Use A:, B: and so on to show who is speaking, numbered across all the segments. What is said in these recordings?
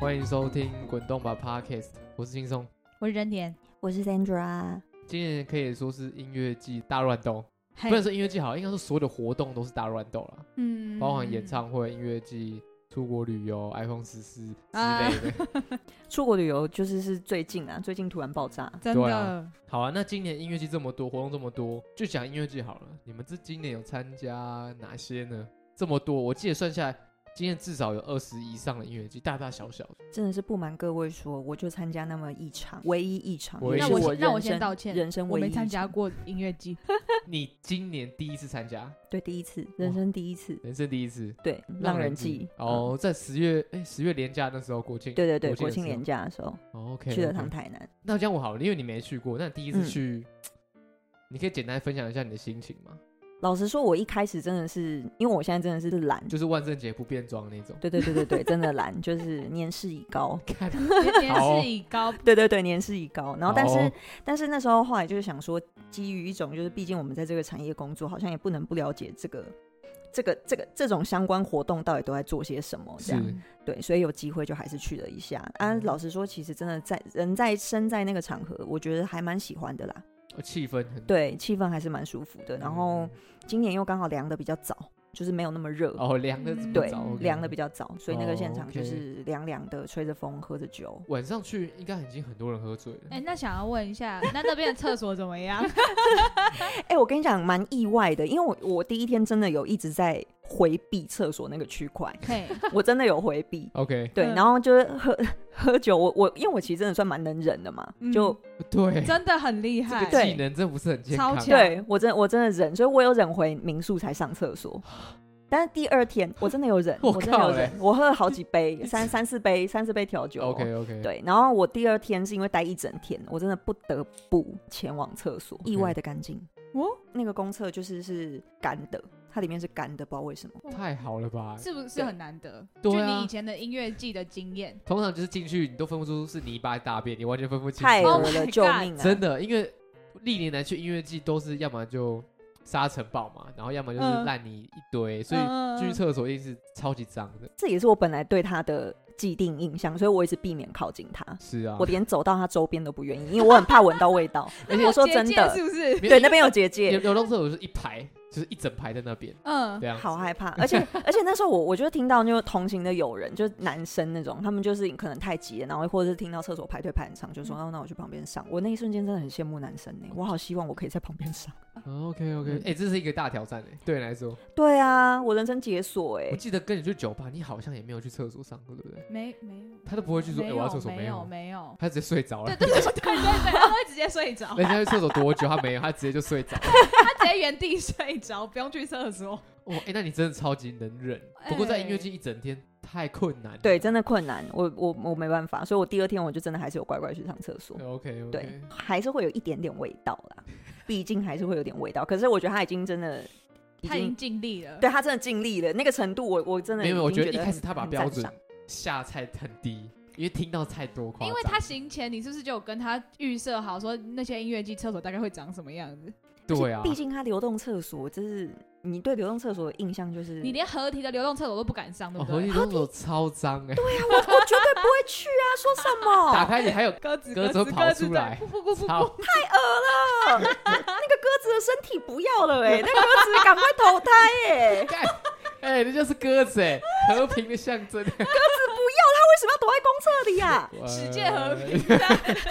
A: 欢迎收听《滚动吧 Podcast》，我是轻松。
B: 我是任田，
C: 我是 Sandra，
A: 今年可以说是音乐季大乱斗，
B: 嘿
A: 不能说音乐季好了，应该说所有的活动都是大乱斗了，
B: 嗯
A: 包含演唱会、音乐季、出国旅游、iPhone 十四之
B: 啊
A: 类的。
C: 出国旅游就是是最近啊，最近突然爆炸。
B: 真
A: 对
B: 的、
A: 啊好啊，那今年音乐季这么多，活动这么多，就讲音乐季好了。你们这今年有参加哪些呢？这么多，我记得算下来，今年至少有二十以上的音乐季，大大小小的。
C: 真的是不瞒各位说，我就参加那么一场，唯一一场，
A: 唯一
B: 那
C: 也是
A: 一场
B: 我
C: 我
B: 先那我
C: 人
B: 先
C: 生
B: 道歉，
C: 人生
B: 我
C: 唯一
B: 没
C: 一
B: 参加
C: 场，
B: 过音乐 季，
A: 你今年第一次参加，
C: 对，第一次，人生第一次，
A: 人生第一次。
C: 对，
B: 嗯
A: 浪
C: 浪
A: 人
C: 人
A: 记
C: 记，
A: 哦，在十月哎十月连假那时候国庆，
C: 嗯对对
B: 哦
C: 对，
A: 国
C: 国
A: 庆
C: 庆
A: 的时候
C: 连假的时候
A: 哦，OK，
C: 去了
A: OK
C: 趟台南，
A: 那这样我好了，因为你没去过，那你第一次
C: 嗯
A: 去，你可以简单分享一下你的心情吗？
C: 老实说，我一开始真的是，因为我现在真的是懒，
A: 就是万圣节不变装那种，
C: 对对对对对，真的懒，就是年事已高，
A: 看
B: 年
A: 好
B: 年事已高，
C: 对对对，年事已高。 然后，但
B: 哦
A: 好
C: 是但是那时候后来就是想说，基于一种就是，毕竟我们在这个产业工作，好像也不能不了解这个这个这个这种相关活动到底都在做些什么，这样
A: 是嗯
C: 对。所以有机会就还是去了一下。啊，老实说，其实真的在人在身在那个场合，我觉得还蛮喜欢的啦。
A: 哦气氛很，
C: 对，气氛还是蛮舒服的。然后今年又刚好凉的比较早，就是没有那么热
A: 嗯。哦凉的
B: 嗯
C: 对
B: 早，OK
C: 凉的比较早，所以那个现
A: 哦
C: 场
A: ，OK
C: 就是凉凉的，吹着风，喝着酒，
A: 晚上去应该已经很多人喝醉
B: 哎、
A: 了，
B: 那想要问一下，那那边的厕所怎么 样？
C: 哎、我跟你讲，蛮意外的，因为我我第一天真的有一直在回避厕所那个区块，
B: 嘿，
C: 我真的有回避。
A: OK
C: 对，
B: 嗯
C: 然后就是喝 喝酒，我我因为我其实真的算蛮能忍的嘛，
B: 嗯
C: 就
A: 对，
B: 真的很厉害，
C: 对
A: 技能真不是很健康
B: 超，强
C: 对我真我真的忍，所以我有忍回民宿才上厕所。但是第二天我真的有忍，
A: 我
C: 我真的有
A: 靠嘞
C: 忍，我喝了好几杯，三三四杯，三四杯调酒哦、
A: OK OK，
C: 对，然后我第二天是因为待一整天，我真的不得不前往厕所，意外的干净。
B: 哦，
C: 那个公厕就是是干的，它里面是干的，不知道为什么。
A: 太好了吧？
B: 是不是很难得？
A: 对
B: 就
A: 啊
B: 你以前的音乐季的经验，
A: 通常就是进去你都分不出是泥巴还是大便，你完全分不清，
C: 太
A: 楚。
C: 恶
B: Oh
C: 了，
B: my
C: 救
B: God，
C: 命啊！
A: 真的，因为历年来去音乐季都是要么就沙尘暴嘛，然后要么就是
B: 嗯
A: 烂泥一堆，所以
B: 嗯
A: 去厕所一定是超级脏的。
C: 这也是我本来对他的既定印象，所以我一直避免靠近他。
A: 是啊
C: 我，连走到他周边都不愿意，因为我很怕闻到味道。
B: 嗯那
C: 我说
B: 结
C: 真
B: 界
C: 的
B: 是，不是？
A: 没有
C: 对，那边有结
A: 流
C: 界，
A: 流动厕所是一排，就是一整排在那边
B: 嗯
A: 这，样子。
C: 好害怕。而且 而且那时候我我就听到，就是同行的友人，就是男生那种，他们就是可能太急了，然后或者是听到厕所排队排很长，就说：“
A: 嗯
C: 哦，那我去旁边上。”我那一瞬间真的很羡慕男生呢，我好希望我可以在旁边上。
A: OK OK，哎、这是一个大挑战哎、对你来说，
C: 对啊，我人生解锁哎
A: 我，记得跟你去酒吧，你好像也没有去厕所上过，对不对？
B: 没没有，
A: 他都不会去说，哎、
B: 没有
A: 我要厕所
B: 没
A: 有，
B: 没有，
A: 他直接睡着
B: 对
A: 了。
B: 对对对对对，他会直接睡着，
A: 人家去厕所多久？他没有，他直接就睡着了。
B: 他直接原地睡着，不用去厕所。
A: 哇，哎、那你真的超级能忍。不过在音乐
B: 哎
A: 季一整天太困难了。
C: 对，真的困难，我我我没办法，所以我第二天我就真的还是有乖乖去上厕所。
A: OK OK。
C: 对，
B: 嗯
C: 还是会有一点点味道啦， 毕竟还是会有点味道。可是我觉得他已经真的，已
B: 他已经
C: 经
B: 尽力了。
C: 对他真的尽力了，那个程度我我真的
A: 没有，没有
C: 已
A: 我
C: 经
A: 觉
C: 觉
A: 得一开始他把
C: 很
A: 标
C: 赞
A: 准
C: 赏
A: 下菜很低，因为听到太多夸张，
B: 因为他行前，你是不是就有跟他预设好说那些音乐季厕所大概会长什么样子？
A: 对啊，
C: 毕竟他流动厕所，就是你对流动厕所的印象就是
B: 你连合体的流动厕所都不敢上，对
A: 哦
B: 不
A: 合
B: 对？
A: 体动手超脏
B: 啊
A: 哎，对，
C: 我我绝对不会去啊，说什 么？
A: 打开你还有
B: 鸽子
A: 鸽
B: 鸽
A: 子
B: 子
A: 跑
B: 鸽子
A: 出
B: 对
A: 来
B: 不不不不
A: 超
B: 不，
C: 呃了， 那个鸽子的身体不要了 哎、那个鸽子赶快投胎哎、
A: 干，哎，那就是鸽子哎，和平的象征，
C: 不要，它为什么要躲在公厕里 啊？
B: 世界和
A: 呃
B: 平，世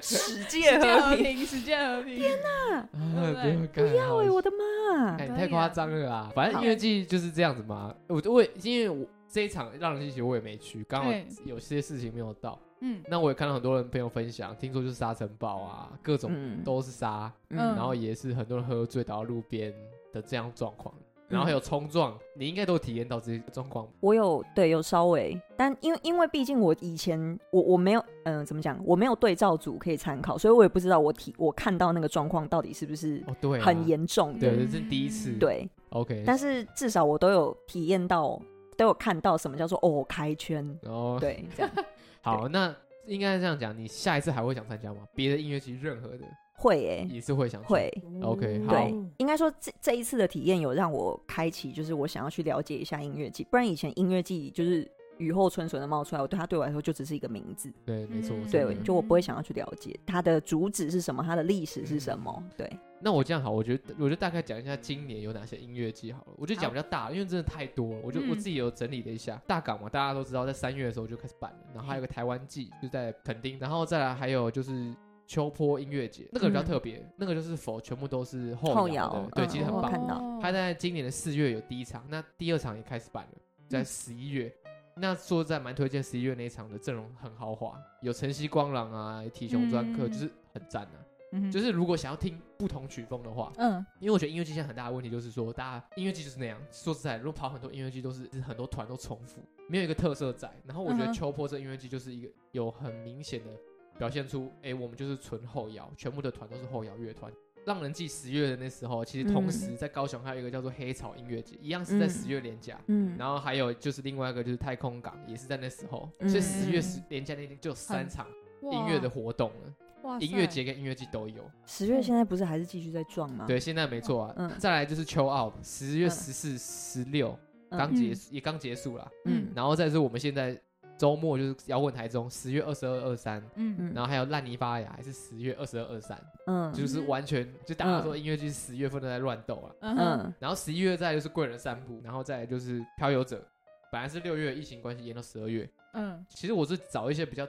C: 世
B: 界
C: 界
B: 和
C: 和平。
B: 平，世界和平。天哪！
A: 啊
B: 对不欸
A: 不要
C: 对，我的妈！
A: 哎，
B: 可
A: 太
B: 以
A: 夸
B: 啊
A: 张了啦！反正
C: 好
A: 音乐季就是这样子嘛。我我也因为我这一场让人惊喜，我也没去，刚好
B: 对
A: 有些事情没有到。
B: 嗯
A: 那我也看到很多人朋友分享，听说就是沙尘暴啊，各种
C: 嗯
A: 都是沙。
B: 嗯
A: 然后也是很多人喝醉倒到路边的这样状况，然后还有冲撞，你应该都有体验到这些状况。
C: 我有对有稍微，但因为因为毕竟我以前我我没有嗯、怎么讲，我没有对照组可以参考，所以我也不知道我体我看到那个状况到底是不是
A: 哦，对、啊，
C: 很，严重的。
A: 对，这是第一次，
C: 对，
A: ，OK，
C: 但是至少我都有体验到，都有看到什么叫做哦开圈，
A: 然后
C: 对，这样
A: 好，那应该这样讲，你下一次还会想参加吗？别的音乐节任何的
C: 会诶、
A: 也是会想去，
C: 会。
A: OK，好
C: 对，应该说这这一次的体验有让我开启，就是我想要去了解一下音乐季，不然以前音乐季就是雨后春笋的冒出来，我对它对我来说就只是一个名字。
A: 对，没错
B: 嗯，
A: 真的
C: 对，就我不会想要去了解它的主旨是什么，它的历史是
A: 嗯
C: 什么。对，
A: 那我这样好，我觉得我就大概讲一下今年有哪些音乐季好了，我就讲
B: 好
A: 比较大，因为真的太多了，我就、
B: 嗯
A: 我自己有整理了一下，大港嘛，大家都知道，在三月的时候就开始办了，然后还有个台湾季就在垦丁，然后再来还有就是。秋坡音乐节那个比较
C: 嗯
A: 特别，那个就是否全部都是
C: 后
A: 后摇的
C: 摇，
A: 对，
C: 嗯
A: 其实很
C: 我
A: 棒。
C: 看到
A: 他在今年的四月有第一场，那第二场也开始办了，在十一月。那说实在蛮推荐十一月那一场的阵容很豪华，有晨曦光朗啊，体雄专科，
B: 嗯
A: 就是很赞啊。
B: 嗯
A: 就是是如果想要听不同曲风的话，
B: 嗯
A: 因为我觉得音乐季现在很大的问题就是说，大家音乐季就是那样。说实在，如果跑很多音乐季，都是很多团都重复，没有一个特色在。然后我觉
B: 嗯
A: 得
B: 哼
A: 秋坡这音乐季就是一个有很明显的表现出，哎、我们就是纯后摇，全部的团都是后摇乐团。让人记十月的那时候，其实同
B: 嗯
A: 时在高雄还有一个叫做黑草音乐节，一样是在
C: 嗯
A: 十月连假。
C: 嗯，
A: 然后还有就是另外一个就是太空港，也是在那时候，
C: 嗯
A: 所以十月十连假那天就有三
B: 很
A: 场
B: 哇
A: 音乐的活动了，
B: 哇
A: 音乐
B: 塞
A: 节跟音乐季都有。
C: 十月现在不是还是继续在撞吗？
A: 对，现在没错啊。
C: 嗯
A: 再来就是秋奥，十月
C: 嗯
A: 十四、十六
C: 嗯
A: 刚结束，也刚结束啦。
C: 嗯，
A: 然后再是我们现在周末就是摇滚台中，十月二十二、二三，
B: 嗯
C: 嗯
A: 然后还有烂泥发芽，还是十月二十二、二三，
C: 嗯
A: 就是完全就大家
C: 嗯
A: 说音乐剧十月份都在乱斗啊。
B: 嗯哼
C: 嗯
A: 然后十一月再来就是贵人散步，然后再来就是漂游者，本来是六月疫情关系延到十二月，
B: 嗯
A: 其实我是找一些比较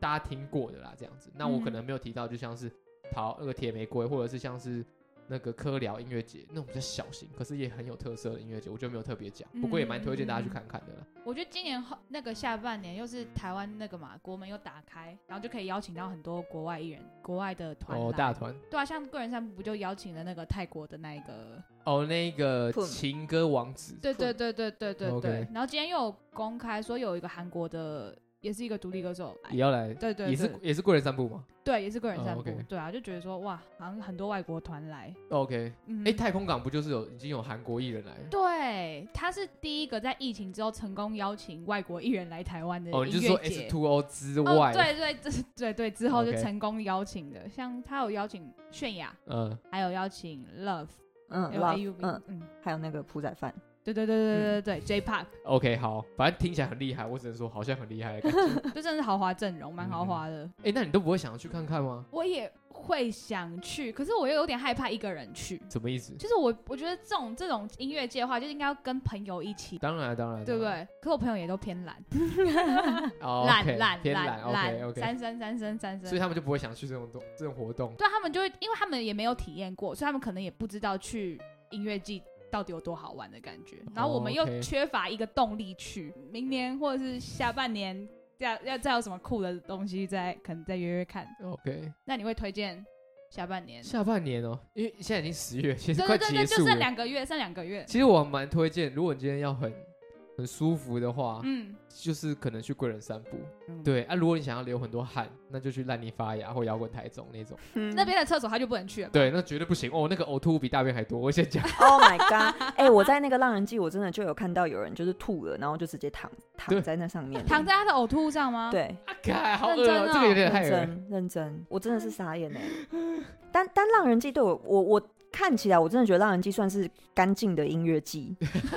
A: 大家听过的啦，这样子。那我可
B: 嗯
A: 能没有提到，就像是桃那个铁玫瑰，或者是像是那个科聊音乐节那种比较小型，可是也很有特色的音乐节，我就没有特别讲。不过也蛮推荐
B: 嗯
A: 大家去看看的啦。
B: 我觉得今年后那个下半年又是台湾那个嘛，国门又打开，然后就可以邀请到很多国外艺人、国外的团
A: 哦，
B: 来
A: 大团
B: 对啊，像个人散步不就邀请了那个泰国的那一个？
A: 哦，那个
C: Pum
A: 情歌王子，
B: 对对
C: 对
B: 对对对对
A: OK
B: 对。然后今天又有公开说有一个韩国的，也是一个独立歌手来
A: 也，要来，
B: 对对
A: 也是
B: 对
A: 也是贵人散步吗
B: 对，也是个人
A: 哦
B: 散步
A: ，OK，
B: 对啊，就觉得说哇，好像很多外国团来，
A: ？OK，
B: 嗯
A: 哎，太空港不就是有已经有韩国艺人来了？
B: 对，他是第一个在疫情之后成功邀请外国艺人来台湾的
A: 哦，你
B: 音
A: 就是说
B: 乐
A: S
B: 节。
A: Two O 之
B: 哦，
A: 外，
B: 对对对对对，之后就
A: OK
B: 成功邀请的，像他有邀请泫雅，
A: 嗯，
B: 还有邀请 Love，
C: 嗯
A: 哎
B: L A U
C: ，love，
B: V，
C: 嗯，
B: 嗯，
C: 还有那个朴仔饭，
B: 对对对
A: 嗯
B: 对对对对，J Park，
A: ，OK，好，反正听起来很厉害，我只能说好像很厉害的感 觉。
B: 就真的是豪华阵容，蛮豪华的。
A: 哎，那你都不会想要去看看吗？
B: 我也会想去，可是我又有点害怕一个人去。
A: 什么意思？
B: 就是我，我觉得这种这种音乐界的话，就应该要跟朋友一起，
A: 当然，当然，
B: 对不
A: 当然？
B: 对？可我朋友也都偏懒，
A: 嗯哦
B: 懒
A: OK，
B: 懒
A: 偏
B: 懒
A: ，OK
B: 懒，
A: OK，
B: 三三三三三
A: 所以
B: 三。
A: 他们就不会想去这种东这种活动。
B: 对他们就会，因为他们也没有体验过，所以他们可能也不知道去音乐季到底有多好玩的感觉。然后我们又
A: OK
B: 缺乏一个动力去，明年或者是下半年要要再有什么酷的东西再可能再约约看。
A: OK，
B: 那你会推荐下半年？
A: 下半年哦，因为现在已经十月，其实
B: 对
A: 快
B: 对对
A: 结
B: 对，就
A: 束
B: 剩
A: 了。
B: 两个月，剩两个月。
A: 其实我蛮推荐，如果你今天要很很舒服的话，
B: 嗯，
A: 就是可能去贵人散步。
B: 嗯，
A: 对啊，如果你想要流很多汗，那就去烂泥发芽或摇滚台中那种。
C: 嗯
B: 那边的厕所他就不能去了。
A: 对，那绝对不行哦，那个呕吐物比大便还多。我先 讲，
C: Oh my god！哎、我在那个《浪人记》，我真的就有看到有人就是吐了，然后就直接躺
A: 对
C: 躺在那 上面，
B: 躺在他的呕吐物上吗？，
C: 嗯对，
A: 啊，看好恶
B: 认真
A: 哦，
B: 哦
A: 这个有点
C: 认
A: 太恶了。
C: 真认真，我真的是 傻眼哎、但但《浪人记》对我，我我看起来我真的觉得《浪人记》算是干净的音乐 季，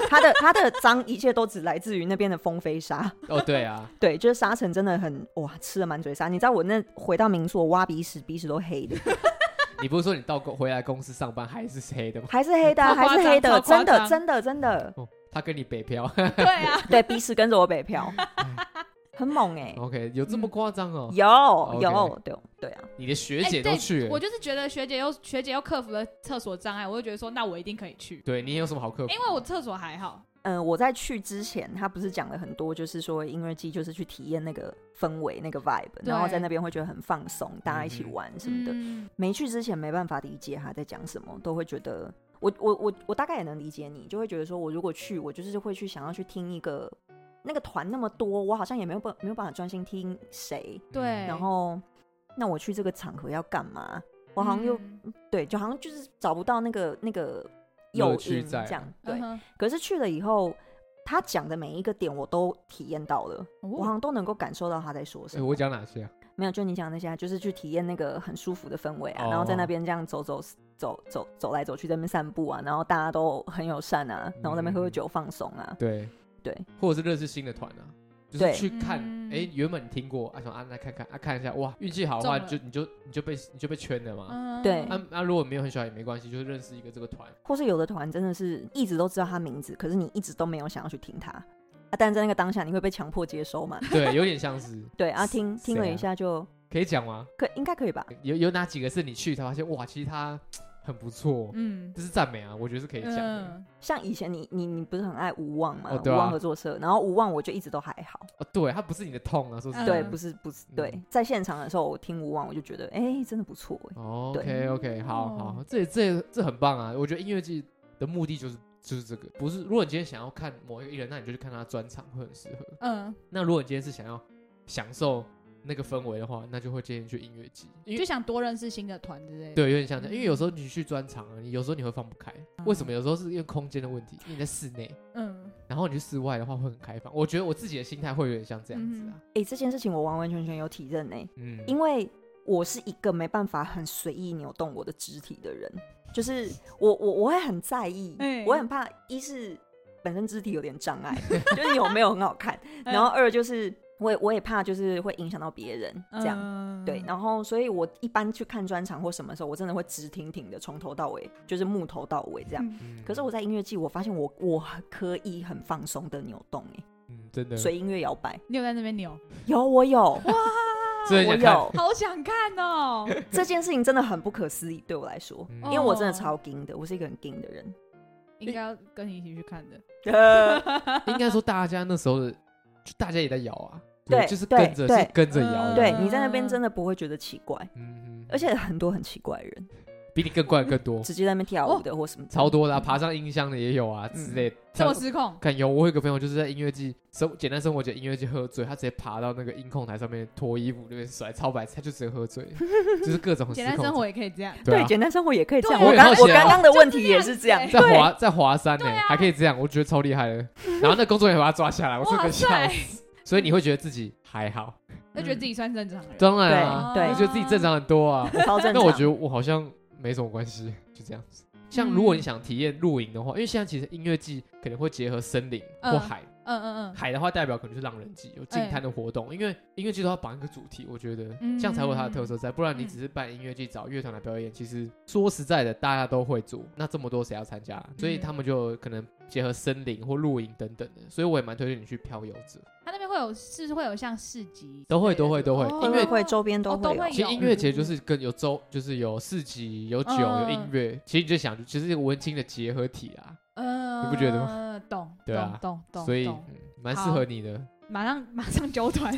C: 它的它的脏一切都只来自于那边的风飞沙，
A: 哦，对啊，
C: 对，就是沙尘真的很哇，吃了满嘴沙。你知道我那回到民宿，我挖鼻屎，鼻屎都黑的，
A: 你不是说你到公回来公司上班还是黑的吗？
C: 还是黑的，啊
B: 超夸张
C: 还是黑的，
B: 超夸
C: 真的
B: 张
C: 真的真的，
A: 哦，他跟你北漂。
B: 对啊，
C: 对，鼻屎跟着我北 漂，很猛哎、
A: OK，有
B: 嗯
A: 这么夸张哦？
C: 有
A: OK
C: 有，对对啊，
A: 你的学
B: 哎
A: 姐都
B: 对
A: 去了，
B: 我就是觉得学姐又学姐又克服了厕所障碍，我就觉得说，那我一定可以去，
A: 对你有什么好克服？
B: 因为我厕所还好。
C: 嗯、我在去之前，他不是讲了很多，就是说音乐季就是去体验那个氛围、那个 vibe，然后在那边会觉得很放松，大家一起
A: 嗯
C: 玩什么的。
B: 嗯
C: 没去之前没办法理解他在讲什么，都会觉得我我我我大概也能理解你，就会觉得说我如果去，我就是会去想要去听一个那个团那么多，我好像也没有办没有办法专心听谁，
A: 嗯
B: 对，
C: 然后那我去这个场合要干嘛？我好像又、
B: 嗯
C: 对，就好像就是找不到那个那个
A: 乐
C: 诱
A: 趣
C: 因
A: 在啊
C: 这样对。
B: 嗯哼
C: 可是去了以后，他讲的每一个点我都体验到了，我好
B: 哦
C: 像都能够感受到他在说什
A: 哎，
C: 么。
A: 我讲哪些啊？
C: 没有，就你讲的那些啊，就是去体验那个很舒服的氛围啊，然后在
A: 哦
C: 那边这样走走走走走来走去，在那边散步啊，然后大家都很友善啊，然后在那边喝喝
A: 嗯
C: 酒放松啊，
A: 对，
C: 对，
A: 或者是认识新的团啊，就是
C: 对
A: 去看，
B: 嗯
A: 哎，原本你听过，啊，想啊，来看看，啊，看一下，哇，运气好的话，
B: 中了
A: 就你就你就被你就被圈了嘛。
B: 嗯
C: 对
A: 那那如果没有很喜欢也没关系，就是认识一个这个团，
C: 或是有的团真的是一直都知道他名字，可是你一直都没有想要去听他。啊，但在那个当下，你会被强迫接收嘛？
A: 对，有点相似，
C: 对啊，听
A: 谁
C: 听
A: 啊
C: 了一下就
A: 可以讲吗？
C: 可应该可以吧？
A: 有有哪几个是你去才发现，哇，其实他很不错，
B: 嗯
A: 这是赞美啊，我觉得是可以讲的。
B: 嗯
C: 像以前你你你不是很爱无望嘛？
A: 哦对啊
C: 无望合作社，然后无望我就一直都还好，
A: 哦，对，他不是你的痛啊，说实
B: 嗯
C: 对，
A: 在
C: 不是不是
A: 嗯
C: 对，在现场的时候我听无望我就觉得，哎、真的不错哎、
A: 哦，OK
C: 对
A: OK，好
B: 哦
A: 好，这这这很棒啊！我觉得音乐季的目的就是就是这个，不是如果你今天想要看某一个艺人，那你就去看他的专场会很适合。
B: 嗯，
A: 那如果你今天是想要享受那个氛围的话，那就会建议去音乐季，因
B: 就
A: 为
B: 想多认识新的团之类的。
A: 对有点像这样，因为有时
C: 嗯
A: 候你去专场啊，你有时候你会放不开，为什么？有时候是因为空间的问题，因为你在室内，
B: 嗯，
A: 然后你去室外的话会很开放。我觉得我自己的心态会有点像这样子啊，
C: 哎、这件事情我完完全全有体认哎、
A: 嗯，
C: 因为我是一个没办法很随意扭动我的肢体的人，就是我我我会很在意，
B: 哎
C: 我很怕一是本身肢体有点 障碍，就是有没有很好看，然后
B: 嗯
C: 二就是我也我也怕就是会影响到别人这样。
B: 嗯
C: 对，然后所以我一般去看专场或什么时候，我真的会直挺挺的从头到尾，就是木头到尾这样。
B: 嗯
A: 嗯
C: 可是我在音乐季，我发现我我可以很放松的扭动、欸，
A: 嗯真的，
C: 随音乐摇摆。
B: 你有在那 边扭，
C: 有我有，
A: 所以
C: 我
A: 你看，
C: 有
B: 好想看哦。
C: 这件事情真的很不可思议对我来说，
A: 嗯
C: 因为我真的
B: 哦
C: 超硬的，我是一个很硬的人。
B: 应该要跟你一起去看的。
C: 呃，
A: 应该说大家那时候的，就大家也在摇啊，
C: 对
A: 就是
C: 对
A: 跟着
C: 对
A: 是跟着摇的，
C: 对，
B: 嗯
C: 你在那边真的不会觉得奇怪，
A: 嗯，嗯
C: 而且嗯很多很奇怪的人，
A: 比你更怪的更多，
C: 直接在那边跳舞的或什么的，
A: 哦超多的啊，爬上音箱的也有啊之类的，
B: 嗯这
A: 像
B: 么失控，
A: 看有，我有一个朋友就是在音乐季生简单生活节音乐季喝醉，他直接爬到那个音控台上面脱衣服那边甩，超白痴，他就直接喝醉， 就是各种
B: 简
A: 失
B: 单
A: 控
B: 生活也可以这样。
A: 对
C: 对，
A: 啊，
C: 简单生活也可以这样。
B: 对
C: 我刚
A: 我也好
C: 我
A: 奇啊
C: 刚刚的问题
B: 就这样
C: 也是这样
B: 子，
A: 在
C: 对
A: 华在华山呢、欸
B: 对啊
A: 还可以这样，我觉得超厉 害的。然后那工作人员把他抓下来，我说
B: 哇
A: 个笑
B: 塞
A: 死。所以你会觉得自己还好，
B: 就觉得自己算正常人。
A: 当然啊，
C: 对对
A: 你觉得自己正常很多啊。
C: 我超正常。
A: 那我觉得我好像没什么关系，就这样子。像如果
B: 嗯
A: 你想体验露营的话，因为现在其实音乐季可能会结合森林或
B: 嗯
A: 海，
B: 嗯嗯
A: 海的话代表可能就是浪人季，有近滩的活动。因为音乐季都要绑一个主题，我觉得
B: 嗯
A: 这样才会有它的特色在。不然你只是办音乐季找乐团来表演，其实说实在的，大家都会做，那这么多谁要参加？所
B: 嗯
A: 以他们就可能结合森林或露营等等的。所以我也蛮推荐你去漂游者，
B: 嗯，他那边会有是会有像市集之类的，
A: 都会都会都会
B: 哦
A: 因
C: 音
A: 为
C: 乐会周边都
B: 哦都
C: 会有
B: 会
A: 其实音乐节就是更有周，就是有市集、有酒、有
B: 嗯
A: 音乐。其实你就想，其实是一个文青的结合体啊，
B: 嗯，
A: 你不觉得
B: 吗？懂，
A: 对啊
B: 懂懂懂，
A: 所以
B: 懂
A: 嗯蛮适合你的。
B: 马上马上九 团，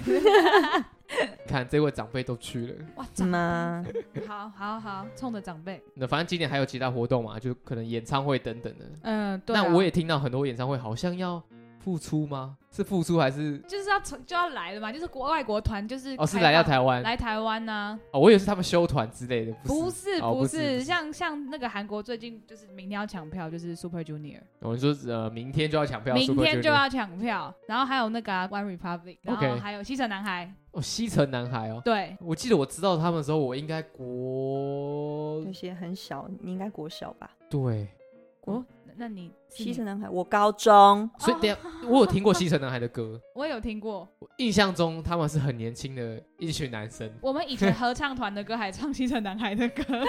A: 看这位长辈都去了，
B: 哇，
C: 什
B: 长
C: 么？
B: 好好好，冲着长辈，
A: 那反正今年还有其他活动嘛，就可能演唱会等等的。
B: 嗯，对啊，
A: 那我也听到很多演唱会好像要复出吗？是复出还是
B: 就是要从就要来了嘛，就是国外国团就是
A: 哦是
B: 开
A: 来到
B: 放
A: 台湾？
B: 来台湾呐，
A: 哦，我以为是他们休团之类的，
B: 不
A: 不是？
B: 是
A: 哦不
B: 不
A: 是不是
B: 是，像像那个韩国最近就是明天要抢票，就是 Super Junior，
A: 我们说呃，明天就要抢票，
B: 明
A: Super
B: 天就
A: Junior
B: 要抢票，然后还有那个啊 One Republic，然
A: OK
B: 后还有西城男孩，
A: 哦，西城男孩哦。
B: 对，
A: 我记得我知道他们的时候，我应该国
C: 那些很小，你应该国小吧？
A: 对，
B: 哦，那那你
C: 西城，男孩，我高中，
A: 所以等一下
B: 哦
A: 我有听 过西城男孩的歌，
B: 我也有听过，
A: 我印象中他们是很年轻的一群男生，
B: 我们以前合唱团的歌还唱西城男孩的歌，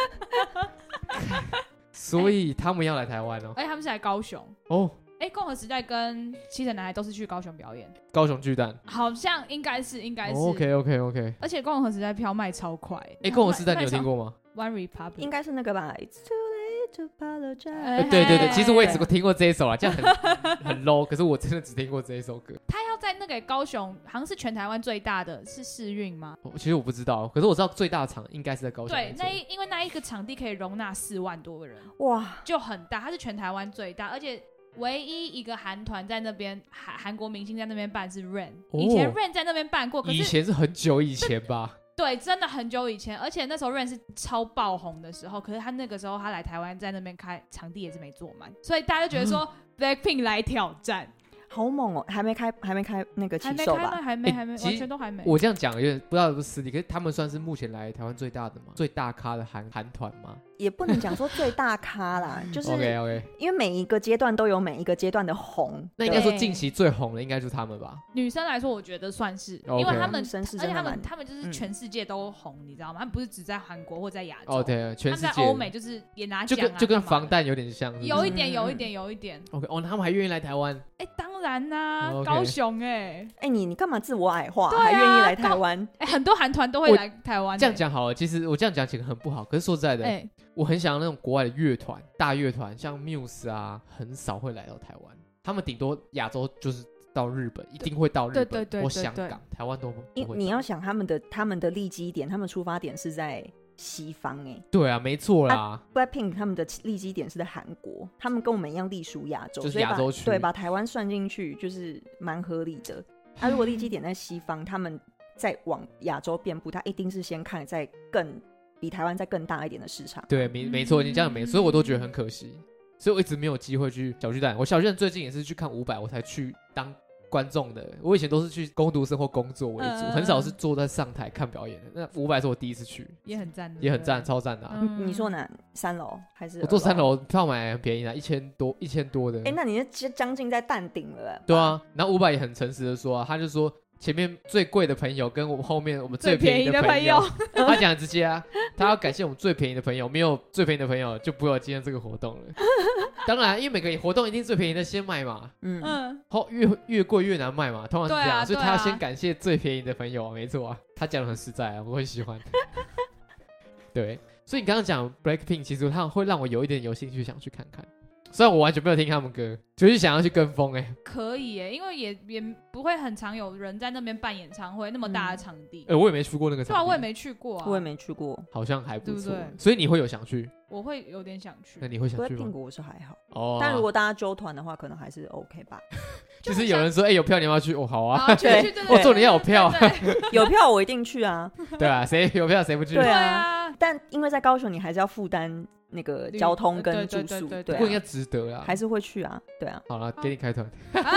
A: 所以他们要来台湾哦。
B: 哎而且他们是来高雄。
A: 哦，
B: 哎、共和时代跟七城男孩都是去高雄表演，
A: 高雄巨蛋。
B: 好像应该是应该是、
A: 哦 OK OK OK。
B: 而且共和时代票卖超快，
A: 哎，共我时代你有听
B: 过
A: 过吗？
B: One Republic？
C: 应该是那个吧？It's too late to apologize。
A: 呃
B: 哎
A: 对对对，
B: 嘿
A: 其实我也
C: 对
A: 只听过这一首啊，这样 很很 low，可是我真的只听过这一首歌。
B: 他要在那个高雄，好像是全台湾最大的，是世运吗？
A: 我哦其实我不知道，可是我知道最大的场应该哦是在高雄没
B: 对，
A: 错。
B: 那一因为那一个场地可以容纳四万多个人，
C: 哇，
B: 就很大，它是全台湾最大，而且唯一一个韩团在那边韩韩国明星在那边办是 Rain，、以前
A: 哦
B: Rain 在那边办过，可
A: 以
B: 是
A: 前是很久以前 吧，
B: 对，真的很久以前，而且那时候 Rain 是超爆红的时候，可是他那个时候他来台湾在那边开场地也是没坐满，所以大家就觉得
A: 啊
B: 说 Blackpink 来挑战，
C: 好猛哦！还没开，还没开那个起
B: 还没
C: 售
B: 开
C: 吧
B: 吗？？还没
A: 哎
B: 还没，
A: 其实
B: 完全都还没。
A: 我这样讲有点不知道是不是私底，可是他们算是目前来台湾最大的嘛，最大咖的韩韩团吗？
C: 也不能讲说最大 咖啦，就
A: OK
C: 是
A: OK，
C: 因为每一个阶段都有每一个阶段的红。
A: 那应该说
B: 对
A: 近期最红的应该就是他们吧？
B: 女生来说，我觉得算是，因
A: OK
B: 为他们，
C: 女生是
B: 而且
C: 真的
B: 他
C: 蛮
B: 们，他们就是
A: 嗯
B: 全世界都红，你知道吗？他们不是只在韩国或在亚洲，
A: 哦，对，
B: 他
A: 全
B: 们
A: 世
B: 在
A: 界
B: 欧美就是也拿
A: 就
B: 奖
A: 跟
B: 啊，
A: 就跟
B: 干嘛的
A: 防弹有点像，是不是
B: 有一点，
C: 嗯
B: 有一点，有一点。
A: OK 哦，他们还愿意来台湾，
B: 哎，当然啦
A: 哦，，OK
B: 高雄哎，
C: 哎、你你干嘛自我矮化？
B: 对啊
C: 还愿意来台湾？
B: 哎，很多韩团都会
A: 我
B: 来台湾。
A: 这样，讲好了，其实我这样讲其实很不好，可是说实在的，
B: 哎，
A: 我很想要那种国外的乐团，大乐团，像 Muse 啊，很少会来到台湾，他们顶多亚洲就是到日本，一定会到日
B: 对
A: 本
B: 对对
A: 或
B: 对
A: 香
B: 对
A: 港、台湾都不
C: 因
A: 会。
C: 你要想他们的他们的立基点，他们出发点是在西方哎、
A: 对啊，没错啦，
C: Blackpink 他们的立基点是在韩国，他们跟我们一样隶属亚洲，
A: 就是
C: 所以把
A: 亚洲区
C: 对，把台湾算进去就是蛮合理的。他、如果立基点在西 方，他们在往亚洲遍布，他一定是先看在更比台湾再更大一点的市场。
A: 对，没没错，你这
B: 嗯
A: 样没，所以我都觉得很可惜，所以我一直没有机会去小巨蛋。我小巨蛋最近也是去看五百，我才去当观众的。我以前都是去攻读生或工作为主，
B: 嗯嗯嗯
A: 很少是坐在上台看表演的。那五百是我第一次去，
B: 也很赞，
A: 也很赞，
B: 对不对。
A: 超赞的啊、
B: 嗯
C: 你说哪？三楼还是？
A: 我坐三。楼票买很便宜啊，一千多，一千多的。
C: 哎、那你是将将近在淡顶了、
A: 嗯对，啊，然后伍佰也很诚实的说、啊，他就说前面最贵的朋友跟我们后面我们
B: 最
A: 便
B: 便
A: 宜
B: 宜的
A: 朋
B: 朋
A: 友
B: 友，
A: 他讲得直接啊， 他要感谢我们最便宜的朋友，没有最便宜的朋友就不会有今天这个活 动了。当然，因为每个活动一定最便宜的先卖嘛，
C: 嗯，
B: 嗯，
A: 后越越贵越难卖嘛，通常是这
B: 对
A: 样，
B: 啊
A: 所以
B: 对
A: 他要
B: 啊
A: 先感谢最便宜的朋友啊，没错啊，他讲的很实在啊，我很喜欢。 对，所以你刚刚讲 Blackpink，其实他会让我有一点有兴趣想去看看，虽然我完全没有听他们歌，就是想要去跟风哎、欸
B: 可以耶，因为也也不会很常有人在那边办演唱会，那么大的场地。
A: 呃，我也没去过那个
B: 对
A: 场
B: 啊，
A: 地，
B: 我也没去过啊，
C: 我也，没去过，
A: 好像还不错，
B: 对不对
A: 所以你会有想去？
B: 我会有点想去
A: 那。你会想
C: 不会
A: 去
C: 苹
A: 吗？
C: 果我是还好，
A: 哦，
C: 但如果大家揪团的话，可能还是 OK 吧。
A: 就
B: 就是是
A: 有
B: 像
A: 人说，哎、有票你要不要去？哦，好 啊，
B: 啊，去
C: 对
B: 去对对
A: 我
B: 对
A: 祝你有
B: 对对
A: 票
B: 对对
C: 有票我一定去啊，
A: 对啊，谁有票谁不去？
C: 对
B: 对
C: 啊
B: 啊，
C: 但因为在高雄，你还是要负担那个
B: 旅
C: 交通
B: 对
C: 跟
B: 对
C: 住
B: 对
C: 宿，
B: 对
A: 不
C: 对
A: 过应该
C: 啊，
A: 值得啦。
C: 还是会去啊，对啊，
A: 好了，给你开团，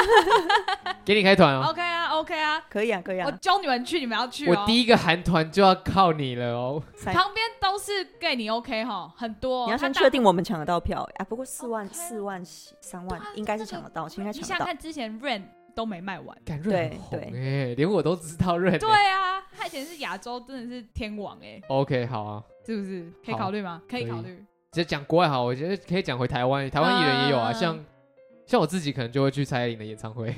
A: 给你开团哦。
B: OK 啊，OK 啊，
C: 可以啊，可以
B: 我
C: 啊，
B: 教你们去，你们要去
A: 我
B: 哦。
A: 第一个韩团就要靠你了哦。
C: 三
B: 旁边都是 gay，你 OK 哈，很多。
C: 你要先
B: 他大
C: 确定我们抢得到票啊，不过四万、
B: OK 啊
C: 四万起、三
B: 对啊
C: 万应该是
B: 那个
C: 抢得到，应该
B: 你
C: 抢
B: 想
C: 得到。
B: 看之前 Rain 都没卖完。
A: 感润很
C: 对
A: 红
C: 对
A: 哎、连我都知道润、欸。
B: 对啊，他以前是亚洲真的是天王哎、
A: OK，好啊。
B: 是不是？可以
A: 好
B: 考虑吗？可
A: 可
B: 以
A: 以
B: 考虑。
A: 直接讲国外好，我觉得可以讲回台湾，台湾艺人也有啊，
B: 啊
A: 像像我自己可能就会去蔡依林的演唱会，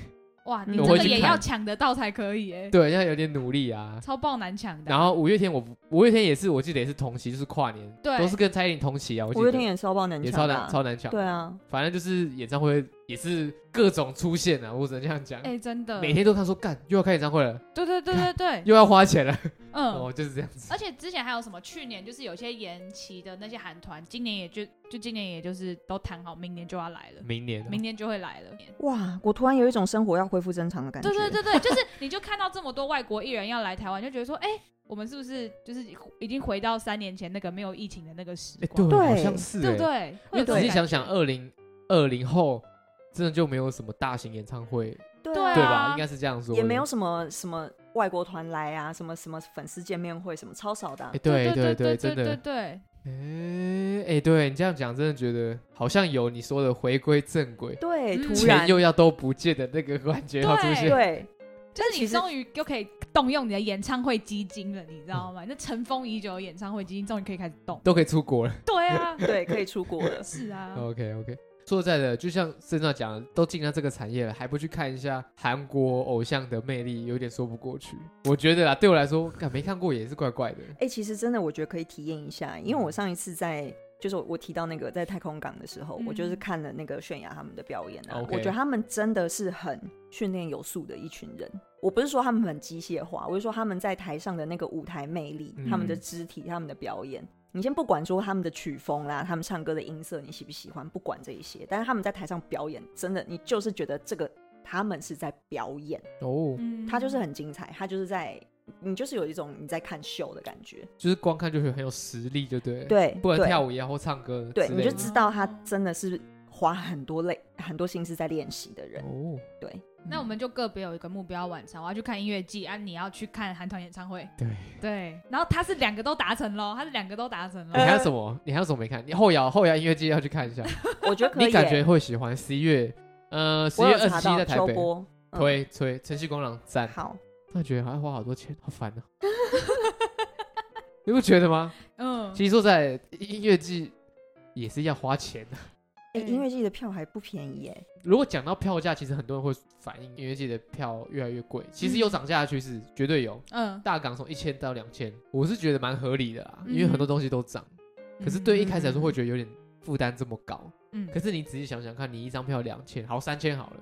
B: 哇，
C: 嗯
B: 你这
A: 我会
B: 个
A: 去
B: 也
A: 看
B: 要抢得到才可以哎、
A: 对，要有点努力啊。
B: 超爆难抢的。
A: 然后五月天我不，五月天也是，我记得也是同期，就是跨年，
B: 对
A: 都是跟蔡依林同期啊。我记得
C: 五月天也超爆能
A: 也超
C: 抢的
A: 难
C: 啊，
A: 超难抢，
C: 对，啊，
A: 反正就是演唱会也是各种出现啊，我只能这样讲
B: 哎、。真的，
A: 每天都看说干又要开演唱会了，
B: 对对对对对，
A: 又要花钱 了，
B: 嗯。
A: 哦，就是这样子。
B: 而且之前还有什么？去年就是有些延期的那些韩团，今年也就就今年也就是都谈好，明年就要来了，
A: 明年啊
B: 明年就会来了。
C: 哇，我突然有一种生活要恢复正常的感觉。
B: 对对对对， 就是你就看到这么多外国艺人要来台湾，就觉得说，哎、我们是不是就是已经回到三年前那个没有疫情的那个时
A: 哎，
B: 光，
A: 对，
C: 对
A: 好像是
B: 对不
A: 哎。
B: 对？
A: 因为
B: 会有这种
A: 仔细
B: 感
A: 想想，
B: 觉
A: 二零二零后真的就没有什么大型演唱会，
C: 对
B: 对啊
A: 对吧？应该是这样说的。
C: 也没有什么什么外国团来啊，什么什么粉丝见面会，什么超少的啊
A: 哎，。对
B: 对
A: 对，
B: 对
A: 真
B: 对
A: 的。
B: 对，
A: 哎哎，对你这样讲，真的觉得好像有你说的回归正轨，
C: 对，
B: 嗯
C: 突
A: 钱
C: 然
A: 又要都不见的那个感觉要出现。
C: 对，
B: 就是
C: 其
B: 你
C: 实，
B: 终于又可以动用你的演唱会基金了，你知道吗？那尘封已久的演唱会基金终于可以开始动。
A: 都可以出国了。
B: 对啊
A: 哦
C: 对，可以出国了。
B: 是啊，
C: 嗯
A: OK OK，说实在的，就像森长讲，的，都进到这个产业了，还不去看一下韩国偶像的魅力，有点说不过去。我觉得啦，对我来说，干没看过也是怪怪的。
C: 哎、其实真的，我觉得可以体验一下，因为我上一次在。就是我提到那个在太空港的时候，我就是
B: 嗯
C: 看了那个泫雅他们的表演啊
A: OK
C: 我觉得他们真的是很训练有素的一群人。我不是说他们很机械化，我是说他们在台上的那个舞台魅力、他们的
A: 嗯
C: 肢体、他们的表演。你先不管说他们的曲风啦，他们唱歌的音色你喜不喜欢，不管这一些，但是他们在台上表演，真的你就是觉得这个他们是在表演，
A: 哦，
B: 嗯
C: 他就是很精彩，他就是在你就是有一种你在看秀的感觉。
A: 就是光看就会很有实力，就对。，
C: 对，
A: 不管
C: 对
A: 跳舞也好或唱歌之
C: 对，
A: 类
C: 你就
A: 的，
C: 知道他真的是花很多累很多心思在练习的人。
A: 哦，
C: 对，
B: 那我们就个别有一个目标完成，我要去看音乐季啊，你要去看韩团演唱会，
A: 对，
B: 对，然后他是两个都达成喽，他是两个都达成
A: 你
B: 喽，
A: 还有什么？你还有什么没看？你后摇后摇音乐季要去看一下，
C: 我觉得呃 可以
A: 你
C: 耶。
A: 感觉会喜欢。十一月，呃，十
C: 我
A: 一
C: 有
A: 月二
C: 查
A: 十七
C: 到
A: 在台
C: 秋
A: 北，哎
C: 波嗯
A: 推推晨曦光廊赞，
C: 好，
A: 突然觉得好像花好多钱，好烦啊！你不觉得吗？
B: 嗯，
A: 其实说在音乐季也是要花钱的。
C: 哎、
B: 嗯
C: 音乐季的票还不便宜耶。
A: 如果讲到票价，其实很多人会反映音乐季的票越来越贵，其实有涨价的趋势，绝对有。
B: 嗯，
A: 大港从一千到两千，我是觉得蛮合理的啦，因为
B: 嗯哼
A: 很多东西都涨。可是对一开始来说，会觉得有点负担这么高。
B: 嗯，
A: 可是你仔细想想看，你一张票两千，好三千好了，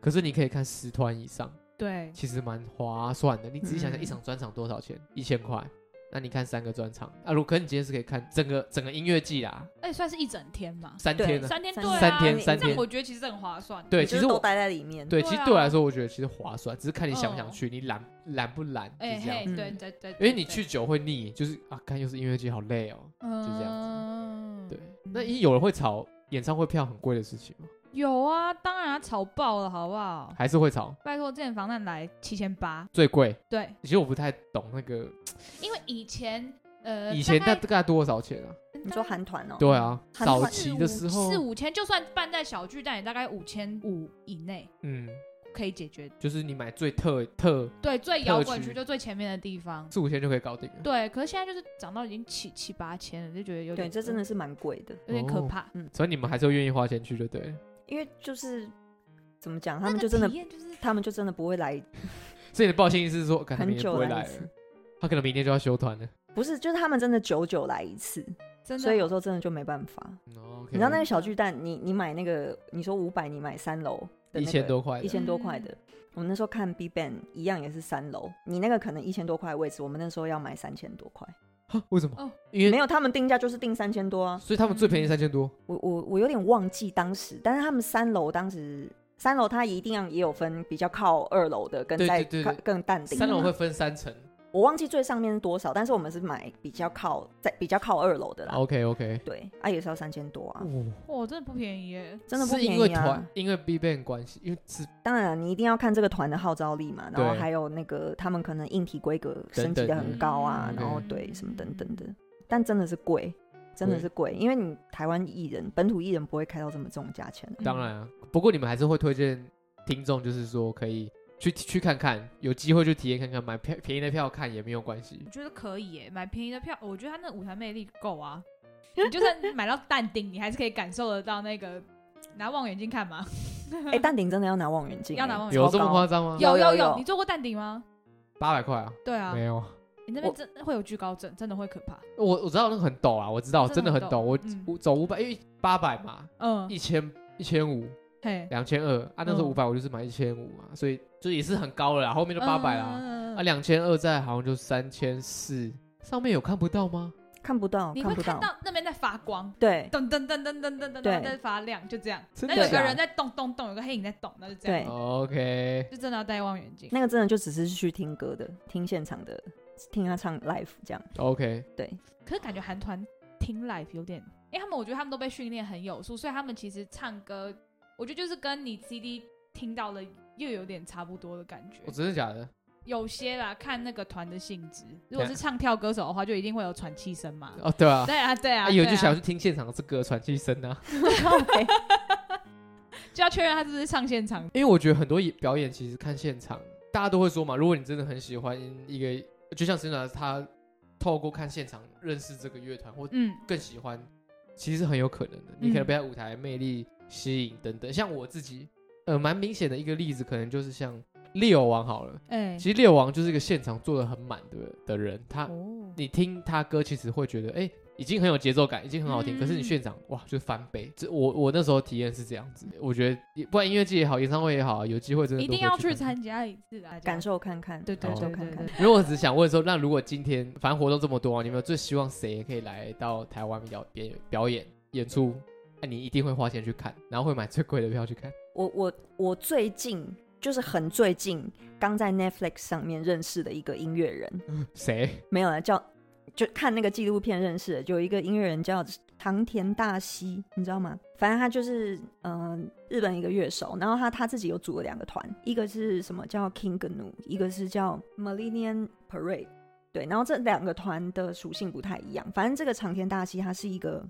A: 可是你可以看十团以上，
B: 对，
A: 其实蛮划算的。你仔细想想，
C: 嗯
A: 一场专场多少钱？一千块。那你看三个专场啊？如果可你今天是可以看整个整个音乐季啦，
B: 哎，算是一整天嘛，
A: 三天呢？
B: 三天
C: 三
B: 对啊，
A: 三天三
B: 这
A: 天
B: 样我觉得其实很划算，
A: 对，
C: 你就
A: 其
C: 是
A: 实
C: 都
A: 我
C: 待在里面。
A: 对，
B: 对
A: 其实
B: 啊
A: 对我来说，我觉得其实划算，只是看你想不想
B: 嗯
A: 去，你懒懒不懒，就
B: 哎
A: 是这样
B: 嘿，
A: 子。
B: 对
C: 嗯
B: 对对，
A: 因为你去久会腻，就是啊，看又是音乐季，好累哦。
B: 就
A: 这样子
B: 样
A: 对，那一有人会吵演唱会票很贵的事情吗？
B: 有啊，当然啊吵爆了，好不好？
A: 还是会吵？
B: 拜托，之前防弹来七千八，
A: 最贵，
B: 对，
A: 其实我不太懂那个
B: 因为以前呃，
A: 以前
B: 大
A: 大
B: 概
A: 概多少钱啊？
C: 你说韩团哦，
A: 对啊，
C: 韩
A: 早
C: 团
A: 期的时候
B: 四，五千，就算办在小巨蛋，也大概五千五以内
A: 嗯，
B: 可以解决。
A: 就是你买最特特
B: 对，最摇
A: 特
B: 滚区
A: 区
B: 就最前面的地方。
A: 四五千就可以搞定了。
B: 对，可是现在就是涨到已经七七八千了，就觉得有
C: 对，
B: 点
C: 这真的是蛮贵的，
B: 有点可
A: 哦
B: 怕。
A: 所以你们还是会愿意花钱去，就对了。
C: 因为就是怎么讲，他
B: 那
C: 们
B: 个
C: 就真的
B: 体，验就是
C: 他们就真的不会来，
A: 所以你的抱歉意思是说，可能
C: 很
A: 明天
C: 久
A: 不会
C: 来一
A: 来
C: 次
A: 了，他可能明天就要休团了。
C: 不是，就是他们真的久久来一次，
B: 真的，哦
C: 所以有时候真的就没办法。
A: 嗯 OK，
C: 你知道那个小巨蛋，你你买那个，你说五百，你买三楼的那个
A: 一千多块
C: 一
A: 的，
C: 千多块的。我们那时候看 B Ban 一样也是三楼，你那个可能一千多块的位置，我们那时候要买三千多块，
A: 哈为什么
B: 哦？
A: 因
C: 没
A: 为
C: 有他们定价就是定三千多啊。
A: 所以他们最便宜三千多，
C: 我我我有点忘记当时，但是他们三楼当时三楼它一定要也有分比较靠二楼的跟
A: 对
C: 在
A: 对对
C: 靠
A: 对
C: 更淡定的。
A: 三楼会分三层。
C: 我忘记最上面是多少，但是我们是买比较靠在比较靠二楼的啦。
A: OK OK，
C: 对，啊也是要三千多啊，
B: 哇，真的不便宜耶。
C: 真的不
A: 哦是因
C: 便
A: 为
C: 宜啊
A: 团。，因为 B Ban 关系，因为是
C: 当然啊，你一定要看这个团的号召力嘛，然后
A: 对
C: 还有那个他们可能硬体规格升级
A: 等
C: 的
A: 等
C: 很高啊，
A: 嗯
C: 然后
B: 嗯
C: 对什么等等的，但真的是贵，真的是贵，因为你台湾艺人本土艺人不会开到这么重的 价钱 啊、
A: 当然啊，不过你们还是会推荐听众，就是说可以去去看看，有机会去体验看看，买票便宜的票看也没有关系
B: 我。觉得可以耶，买便宜的票，我觉得他那舞台魅力够啊。你就 算买到淡定，你还是可以感受得到那个拿望远镜 看嘛。
C: 哎、蛋顶真的要拿望远镜欸、
B: 要拿望远镜
A: 有这么
C: 超高
A: 夸张吗？
C: 有
B: 有
C: 有
B: 你做过淡定吗？
A: 八百块啊？
B: 对啊，
A: 没有，
B: 你那
C: 我
B: 边真会有惧高症，真的会可怕。
A: 我我知道那个很陡啊，我知道真
B: 真
A: 的
B: 的
A: 很
B: 很
A: 陡，
B: 陡
A: 我
B: 嗯
A: 我走五百，因为八百嘛，
B: 嗯，
A: 一千一千五，
B: 嘿，
A: 两千二啊，那时候
B: 嗯
A: 五百我就是买一千五嘛，所以就也是很高了啦，后面就八百啦，
B: 嗯
A: 啊，两千二再好像就三千四，上面有看不到吗？
C: 看不到，
B: 你会
C: 不
B: 看到那边在发光，
C: 对
B: 噔噔噔噔噔噔噔，
C: 对
B: 然后在发亮，就这样。
A: 真的
B: 那有
A: 假
B: 个
A: 的
B: 人在动动动，有个黑影在动，那就这
C: 对
B: 样。
A: OK，
B: 就真的要戴望远镜。
C: 那个真的就只是去听歌的，听现场的，听他唱 l i f e 这样。
A: OK，
C: 对，
B: 可是感觉韩团听 live 有点，因为他们我觉得他们都被训练很有素，所以他们其实唱歌，我觉得就是跟你 CD 听到的又有点差不多的感觉
A: 我。哦真的假的？
B: 有些啦，看那个团的性质，
A: 对
B: 如果
A: 啊
B: 是唱跳歌手的话，就一定会有喘气声嘛。
A: 哦，对啊，
B: 对啊，对啊，
A: 啊，有
B: 对
A: 就
B: 啊
A: 想要去听现场这个喘气声啊，
C: 靠北
B: 就要确认他是不是上现场。
A: 因为我觉得很多演表演其实看现场，大家都会说嘛，如果你真的很喜欢一个，就像沈老师他透过看现场认识这个乐团或
B: 嗯，
A: 更喜欢，其实很有可能的。你可能被他舞台魅力吸引等等。像我自己，呃，蛮明显的一个例子，可能就是像猎王好了。
B: 哎、
A: 其实猎王就是一个现场做的很满的的人，他
B: 哦，
A: 你听他歌，其实会觉得哎、已经很有节奏感，已经很好听。
B: 嗯
A: 可是你现场哇，就翻倍。这我我那时候体验是这样子，我觉得也不然音乐季也好，演唱会也好，啊有机会真的
B: 一
A: 都
B: 定要
A: 可以
B: 去
A: 看看。
B: 参加一次啊，
C: 感受看看，
B: 对对
C: 感
B: 对
C: 受
B: 对
C: 看看
B: 对。，
A: 因为我只是想问说，那如果今天反正活动这么多、你们最希望谁可以来到台湾表表表演演出？那、你一定会花钱去看，然后会买最贵的票去看。
C: 我我我最近就是很最近刚在 Netflix 上面认识的一个音乐人，
A: 谁？
C: 没有了，叫就看那个纪录片认识的，就有一个音乐人叫唐田大希，你知道吗？反正他就是嗯、呃日本一个乐手，然后他他自己有组了两个团，一个是什么叫 King Gnu，一个是叫 Millennium Parade。对，然后这两个团的属性不太一样，反正这个长田大希他是一个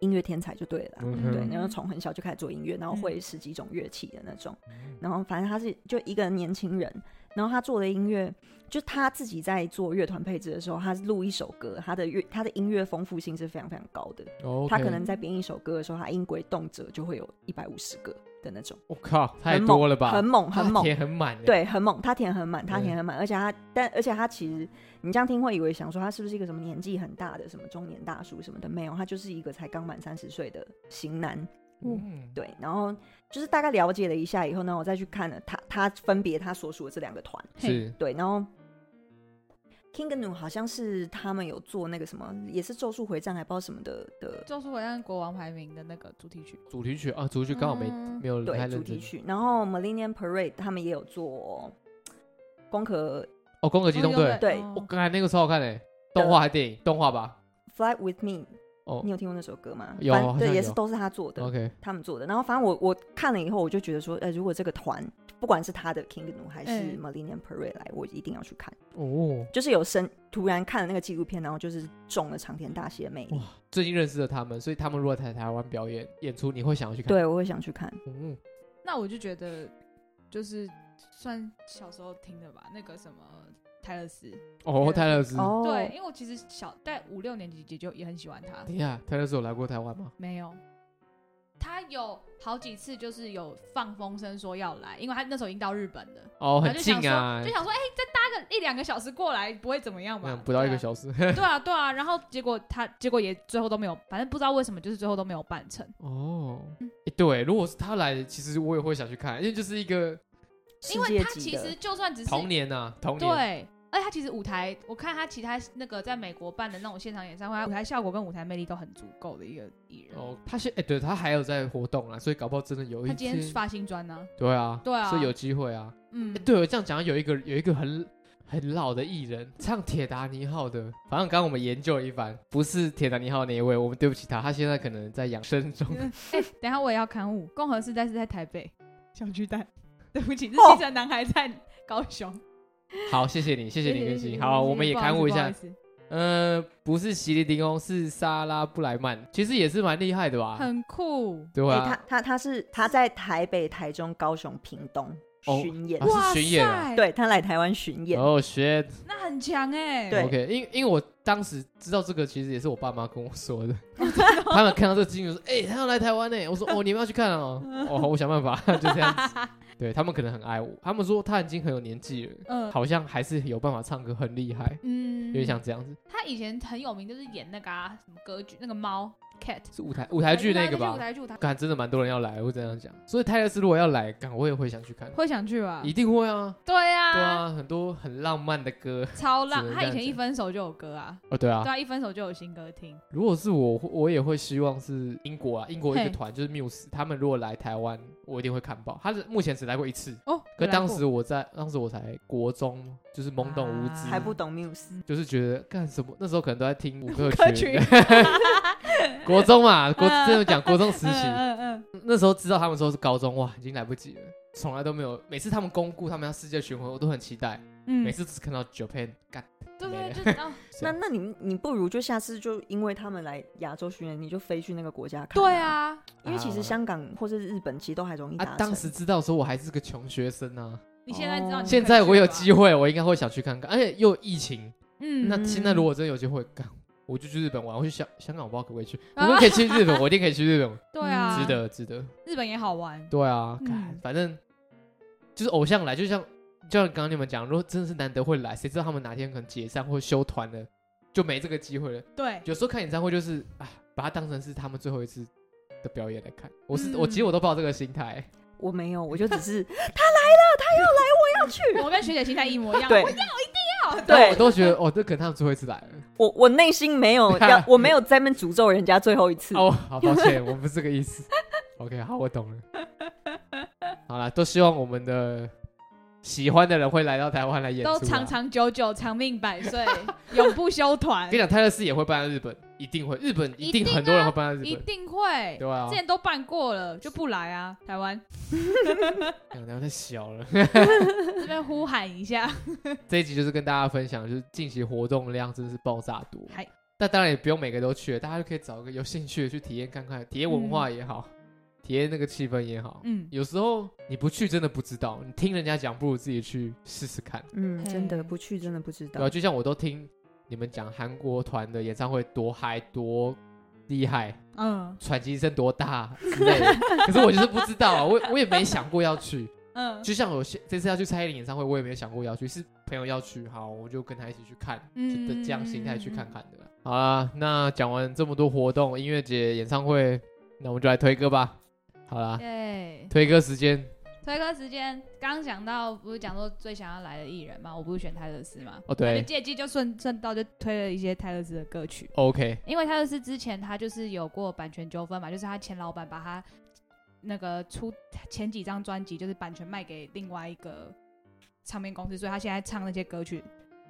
C: 音乐天才就对了啦，
A: 嗯
C: 对
A: 哼，
C: 然后从很小就开始做音乐，然后会十几种乐器的那种，
A: 嗯
C: 然后反正他是就一个年轻人，然后他做的音乐，就他自己在做乐团配置的时候，他录一首歌，他的乐他的音乐丰富性是非常非常高的，
A: OK
C: 他可能在编一首歌的时候，他音轨动辄就会有一百五十个的那种，
A: 我靠，太
C: 很猛
A: 多了吧，
C: 很猛很
A: 他
C: 猛，
A: 填很满，，
C: 对，很猛，他填很满，他填
A: 对
C: 很满，而且他但而且他其实你这样听会以为想说他是不是一个什么年纪很大的什么中年大叔什么的，没有，他就是一个才刚满三十岁的型男。
A: 嗯，
C: 对，然后就是大概了解了一下以后呢，我再去看了他他分别他所属的这两个团，
A: 是
C: 对，然后 King Gnu 好像是他们有做那个什么，也是《咒术回战》还不知道什么的的
B: 咒术回战国王排名的那个主题曲，
A: 主题曲啊，主题曲刚好没
B: 嗯
A: 没有太
C: 对
A: 认
C: 主题
A: 真
C: 曲，然后 Millennium Parade 他们也有做攻壳
A: 哦，《攻壳机动队》
C: 对
A: 我刚才那个超好看诶，动画还是电影？动画吧。
C: Fly with Me，
A: 哦
C: 你有听过那首歌吗？
A: 有
C: 反
A: 好
C: 对，
A: 像
C: 也
A: 有
C: 是都是他做的。
A: ，OK，
C: 他们做的。然后反正我我看了以后，我就觉得说，呃，如果这个团不管是他的 King Gnu 还是
B: 嗯
C: Millennium Parade 来，我一定要去看。
A: 哦，
C: 就是有深突然看了那个纪录片，然后就是中了长田大喜的魅力
A: 哇。最近认识了他们，所以他们如果在台湾表演演出，你会想要去看？，
C: 对，我会想去看。
A: 嗯，
B: 那我就觉得就是算小时候听的吧，那个什么泰勒斯，
A: 哦，泰勒斯，
C: 哦，
B: 对，因，为我其实小在五六年级姐就也很喜欢他，
A: 等一下，泰勒斯有来过台湾吗？
B: 没有。他有好几次就是有放风声说要来，因为他那时候已经到日本了，
A: 哦，
B: 然
A: 很
B: 后就
A: 近
B: 想说、
A: 啊
B: 就，想说，哎、再搭个一两个小时过来不会怎么样吧
A: 嗯？不到一
B: 对
A: 个
B: 啊
A: 小时。
B: 对啊，对啊，然后结果他结果也最后都没有，反正不知道为什么，就是最后都没有办成。
A: 哦
B: 嗯，
A: 诶对，如果是他来，其实我也会想去看，因为就是一个
C: 世
B: 因为
C: 界
B: 他
C: 级
B: 其实
C: 的。
B: 就算只是
A: 童年呐，童年。
B: 对，而且他其实舞台，我看他其他那个在美国办的那种现场演唱会，他舞台效果跟舞台魅力都很足够的一个艺人。
A: 哦，他现哎，对他还有在活动啊，所以搞不好真的有一
B: 他今天
A: 天，
B: 发新专呢、
A: 对啊，
B: 对啊
A: 所以有机会啊。
B: 嗯
A: 欸，对，我这样讲有一个有一个很很老的艺人唱《铁达尼号》的，反正刚刚我们研究了一番，不是《铁达尼号》那一位，我们对不起他，他现在可能在养生 中。
B: 哎、等一下我也要刊物，共和世代是在台北小巨蛋，对不起，是
C: 哦
B: 西城男孩在高雄。
A: 好，谢谢你，谢谢你 更新。好，我们也
B: 不好意思
A: 刊物一
B: 不好
A: 下
B: 意。思
A: 嗯、不是席利迪翁，是莎拉布莱曼，其实也是蛮厉害的吧？
B: 很酷。
A: 对
C: 哎、
A: 啊，
C: 他他他是他在台北、台中、高雄、屏东
A: 哦
C: 巡演，
A: 啊他是巡演啊
B: 哇塞，
C: 对他来台湾巡演，
A: 哦，学
B: 那很强哎、
C: 对
A: OK，因因为我当时知道这个，其实也是我爸妈跟我说的。 他们看到这个金额说：“哎、他要来台湾呢。”我说：“哦，你们要去看哦。”哦，好我想办法， 就这样子。对他们可能很爱我，他们说他已经很有年纪了，
B: 嗯
A: 好像还是有办法唱歌，很厉害，
B: 嗯，
A: 有点像这样子。
B: 他以前很有名，就是演那个、啊、什么歌剧，那个猫 cat
A: 是舞台舞台剧那个
B: 舞
A: 吧？
B: 台剧舞台剧舞台
A: 感真的蛮多人要来，我这样讲。所以泰勒斯如果要来，感我也会想去看，
B: 会想去吧？
A: 一定会啊。
B: 对啊，
A: 对啊，很多很浪漫的歌
B: 超浪
A: 只！能
B: 他
A: 这
B: 以
A: 样
B: 前一
A: 讲
B: 分手就有歌啊，
A: 哦，对啊
B: 对。啊，一分手就有新歌听。
A: 如果是我，我也会希望是英国啊，英国一个
B: 嘿
A: 团就是 Muse，他们如果来台湾，我一定会看爆。他是目前只来过一次，
B: 哦，
A: 可
B: 有来
A: 当
B: 过
A: 时我在，当时我才国中，就是懵懂无知，
B: 啊
C: 还不懂 Muse，
A: 就是觉得干什么，那时候可能都在听五克
B: 歌
A: 群
B: 曲，，
A: 国中嘛，国
B: 嗯
A: 这种讲国中时
B: 嗯
A: 期，
B: 嗯嗯，
A: 那时候知道他们说是高中，哇，已经来不及了，从来都没有，每次他们公布他们要世界巡回，我都很期待，
B: 嗯
A: 每次只看到 Japan，干，
B: 对
A: 没
B: 对，
A: 了
B: 就是哦
C: 那那你你不如就下次就因为他们来亚洲巡演，你就飞去那个国家看、
B: 对，啊，
C: 因为其实
A: 啊
C: 香港或者日本其实都还容易达成。
A: 啊，当时知道说我还是个穷学生啊，
B: 你现在知道
C: 哦
B: 你
A: 现在我有机
B: 会，
A: 会，我应该会想去看看，而且又有疫情，
B: 嗯，
A: 那现在如果真的有机会，干我就去日本玩，我去香香港，我不知道可不可以去，我们可以去日 本，我一定可以去日本，
B: 对啊，
A: 值，得值得，
B: 日本也好玩，
A: 对啊，
B: 嗯
A: 看反正就是偶像来，就像就像刚刚你们讲，如果真的是难得会来，谁知道他们哪天可能解散或休团了，就没这个机会了。
B: 对，
A: 有时候看演唱会就是啊，把它当成是他们最后一次的表演来看，我是
B: 嗯
A: 我其实我都抱这个心态，
C: 我没有，我就 只是
B: 我跟学姐心态一模一样，
C: 对
B: 我要一定要，
C: 对
A: 但我都觉得哦，这可能他们最后一次来了。
C: 我我内心没有
A: 啊
C: 要，我没有在那边诅咒人家最后一次。
A: 哦， 好抱歉，我不是这个意思。OK，好，我懂了。好了，都希望我们的喜欢的人会来到台湾来演出、啊。
B: 都长长久久，长命百岁，永不休团
A: 跟你，讲，泰勒斯也会搬到日本，一定会，日本一
B: 一定
A: 定
B: 啊
A: 很多人会搬到日
B: 一
A: 本，
B: 定会。
A: 对啊
B: 之，前都办过了，就不来啊！台 湾
A: 两台湾太小了。
B: 这边呼喊一下，
A: 这一集就是跟大家分享，就是近期活动量真的是爆炸多
B: 嗨。
A: 但当然也不用每个都去了，大家就可以找一个有兴趣的去体验看看，体验文化也好，体验那个气氛也好。
B: 嗯，
A: 有时候你不去真的不知道，你听人家讲，不如自己去试试看，
C: 嗯，真
B: 嘿
C: 的不去真的不
B: 啊
C: 知
A: 对吧、啊
C: 道。
A: 就像我都听你们讲韩国团的演唱会多嗨多厉害，
B: 嗯
A: 喘气声多大之类 的，可是我就是不知道啊，我我也没想过要去。
B: 嗯
A: 就像我现这次要去蔡依林演唱会，我也没有想过要去，是朋友要去，好，我就跟他一起去看，
B: 嗯
A: 就这样心态去看看的啦。好啦，那讲完这么多活动、音乐节、演唱会，那我们就来推歌吧。好啦，
B: 对，
A: 推歌时间，
B: 推歌时间，刚刚讲到不是讲说最想要来的艺人吗？我不是选泰勒斯吗？
A: 哦
B: 那
A: 对
B: 就借机就顺顺道就推了一些泰勒斯的歌曲，
A: ，OK，
B: 因为泰勒斯之前他就是有过版权纠纷嘛，就是他前老板把他那个出前几张专辑就是版权卖给另外一个唱片公司，所以他现在唱那些歌曲，